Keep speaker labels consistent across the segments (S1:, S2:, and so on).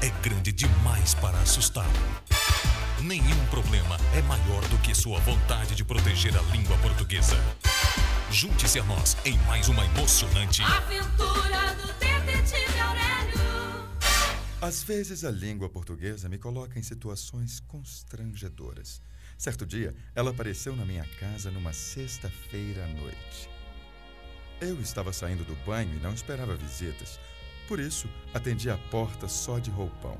S1: É grande demais para assustar. Nenhum problema é maior do que sua vontade de proteger a língua portuguesa. Junte-se a nós em mais uma emocionante.
S2: Aventura do Detetive Aurélio.
S3: Às vezes a língua portuguesa me coloca em situações constrangedoras. Certo dia, ela apareceu na minha casa numa sexta-feira à noite. Eu estava saindo do banho e não esperava visitas. Por isso, atendi a porta só de roupão.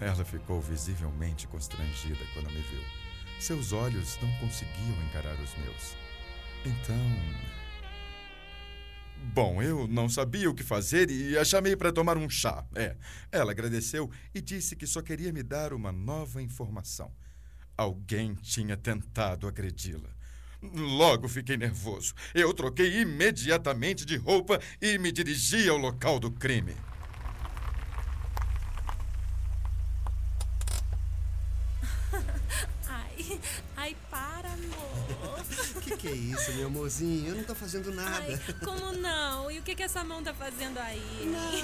S3: Ela ficou visivelmente constrangida quando me viu. Seus olhos não conseguiam encarar os meus. Então, Bom, eu não sabia o que fazer e a chamei para tomar um chá. É. Ela agradeceu e disse que só queria me dar uma nova informação. Alguém tinha tentado agredi-la. Logo fiquei nervoso. Eu troquei imediatamente de roupa e me dirigi ao local do crime.
S4: Ai, ai, para, amor.
S5: O que, que é isso, meu amorzinho? Eu não tô fazendo
S4: Ai,
S5: nada.
S4: como não? E o que, que essa mão tá fazendo aí?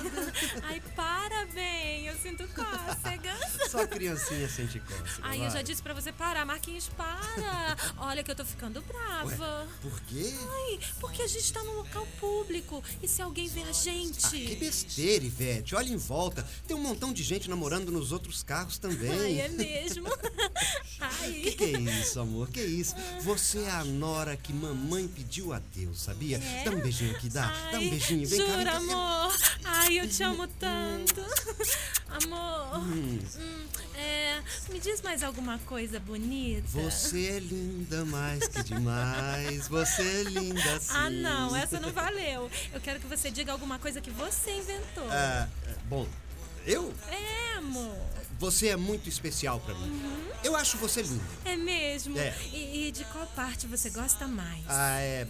S4: Ai, para, bem. Eu sinto cócegas.
S5: Só a criancinha sente cócega.
S4: Ai,
S5: vai.
S4: eu já disse pra você parar. Marquinhos, para. Olha que eu tô ficando brava.
S5: Por quê?
S4: Ai, porque a gente tá num local público. E se alguém ver a
S5: Ah, que
S4: gente?
S5: besteira, Ivete. Olha em volta. Tem um montão de gente namorando nos outros carros
S4: Ai,
S5: também.
S4: é mesmo. Ai.
S5: Que que é isso, amor? Que isso? Você é a Nora que mamãe pediu a Deus, sabia?
S4: É?
S5: Dá um beijinho aqui, dá. dá um
S4: Ai,
S5: beijinho. Vem cá,
S4: Jura,
S5: vem cá.
S4: amor. Ai, eu te amo tanto. Amor, hum, é, me diz mais alguma coisa bonita.
S5: Você é linda mais que demais. Você é linda assim.
S4: Ah, não, essa não valeu. Eu quero que você diga alguma coisa que você inventou.
S5: Ah, bom, eu?
S4: É, amor.
S5: Você é muito especial pra mim.
S4: Uhum.
S5: Eu acho você linda.
S4: É mesmo.
S5: É.
S4: E, e de qual parte você gosta mais?
S5: Ah, é.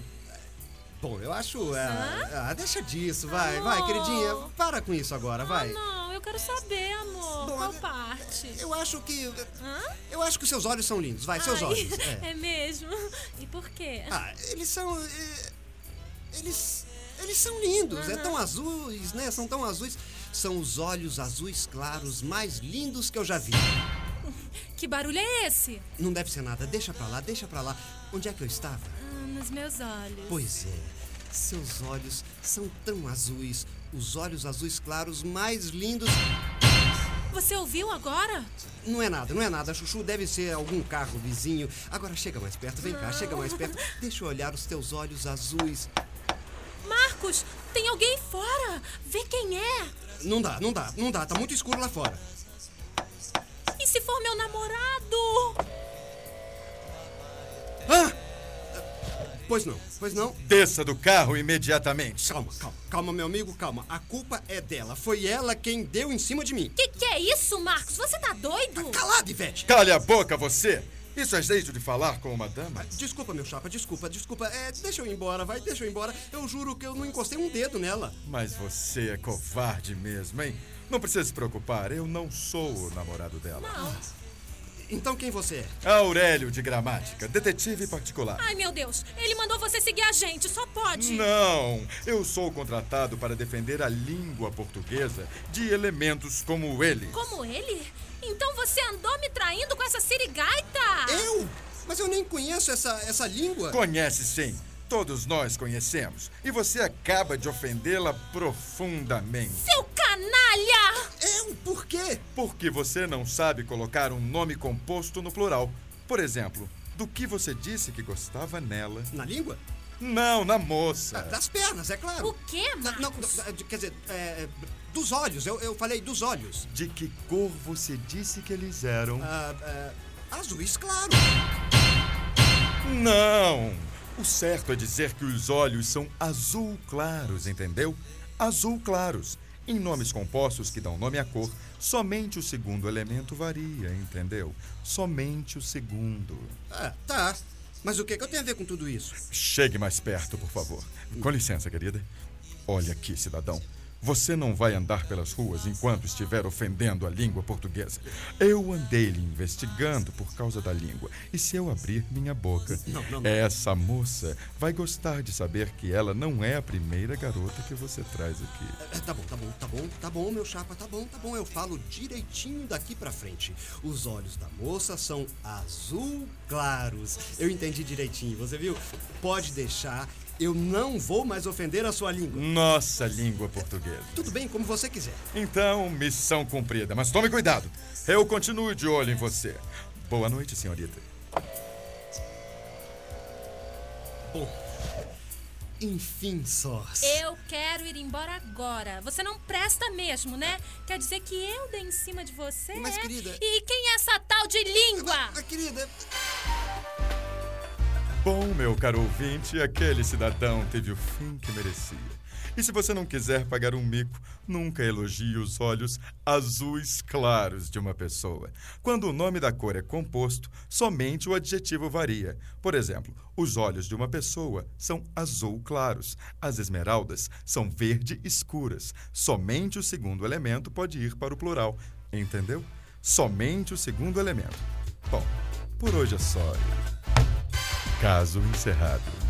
S5: Bom, eu acho. é,
S4: Hã?
S5: ah, deixa disso, vai,
S4: Amor.
S5: vai, queridinha. Para com isso agora, vai.
S4: Não, eu quero saber, amor.
S5: Bom,
S4: qual
S5: eu-
S4: parte?
S5: Eu acho que.
S4: Hã?
S5: Eu acho que os seus olhos são lindos, vai, seus
S4: Ai,
S5: olhos.
S4: É.
S5: É.
S4: mesmo. E por quê?
S5: Ah, eles são. é, Eles. Eles são lindos, é tão azuis, né? São tão azuis. São os olhos azuis claros mais lindos que eu já vi.
S4: Que barulho é esse?
S5: Não deve ser nada, deixa pra lá, deixa pra lá. Onde é que eu estava?
S4: Ah, nos meus olhos.
S5: Pois é, seus olhos são tão azuis, os olhos azuis claros mais lindos.
S4: Você ouviu agora?
S5: Não é nada, não é nada. Chuchu deve ser algum carro vizinho. Agora chega mais perto, vem cá, chega mais perto. Deixa eu olhar os teus olhos azuis.
S4: Marcos, tem alguém fora. Vê quem é.
S5: Não dá, não dá, não dá, tá muito escuro lá fora.
S4: E se for meu namorado?
S5: Ah! Pois não, pois não.
S3: Desça do carro imediatamente.
S5: Calma, calma, calma, meu amigo, calma. A culpa é dela. Foi ela quem deu em cima de mim.
S4: Que que é isso, Marcos? Você tá doido?
S5: Calado, Ivete!
S3: Cale a boca, você! Isso é jeito de falar com uma dama?
S5: Desculpa, meu chapa, desculpa, desculpa. É, deixa eu ir embora, vai, deixa eu ir embora. Eu juro que eu não encostei um dedo nela.
S3: Mas você é covarde mesmo, hein? Não precisa se preocupar, eu não sou o namorado dela.
S4: Não.
S5: Então quem você é?
S3: Aurélio de Gramática, detetive particular.
S4: Ai, meu Deus. Ele mandou você seguir a gente. Só pode.
S3: Não! Eu sou contratado para defender a língua portuguesa de elementos como ele.
S4: Como ele? Então você andou me traindo com essa sirigaita?
S5: Eu? Mas eu nem conheço essa, essa língua.
S3: Conhece sim, todos nós conhecemos. E você acaba de ofendê-la profundamente.
S4: Seu canalha!
S5: Eu? Por quê?
S3: Porque você não sabe colocar um nome composto no plural. Por exemplo, do que você disse que gostava nela?
S5: Na língua?
S3: Não, na moça.
S5: Ah, Das pernas, é claro.
S4: O quê,
S5: Na- não,
S4: Marcos?
S5: da- de- quer dizer, é, dos olhos. Eu, eu falei dos olhos.
S3: De que cor você disse que eles eram?
S5: Ah, é, azuis, claro.
S3: Não! O certo é dizer que os olhos são azul claros, entendeu? Azul claros. Em nomes compostos que dão nome à cor, somente o segundo elemento varia, entendeu? Somente o segundo.
S5: Ah, tá. Mas o que, que eu tenho a ver com tudo isso?
S3: Chegue mais perto, por favor. Com licença, querida. Olha aqui, cidadão. Você não vai andar pelas ruas enquanto estiver ofendendo a língua portuguesa. Eu andei lhe investigando por causa da língua. E se eu abrir minha boca,
S5: Não, não, não.
S3: essa moça vai gostar de saber que ela não é a primeira garota que você traz aqui.
S5: É, Tá bom, tá bom, tá bom, tá bom, meu chapa, tá bom, tá bom. Eu falo direitinho daqui pra frente. Os olhos da moça são azul claros. Eu entendi direitinho, você viu? Pode deixar, eu não vou mais ofender a sua língua.
S3: Nossa língua portuguesa.
S5: Tudo bem, como você quiser.
S3: Então, missão cumprida. Mas tome cuidado. Eu continuo de olho em você. Boa noite, senhorita.
S5: Bom, enfim, sós.
S4: Eu quero ir embora agora. Você não presta mesmo, né? Quer dizer que eu dei em cima de você?
S5: Mas,
S4: é?
S5: querida-
S4: E quem é essa tal de língua?
S5: Ah, querida,
S3: Bom, meu caro ouvinte, aquele cidadão teve o fim que merecia. E se você não quiser pagar um mico, nunca elogie os olhos azuis claros de uma pessoa. Quando o nome da cor é composto, somente o adjetivo varia. Por exemplo, os olhos de uma pessoa são azul claros, as esmeraldas são verde escuras. Somente o segundo elemento pode ir para o plural. Entendeu? Somente o segundo elemento. Bom, por hoje é só. Caso encerrado.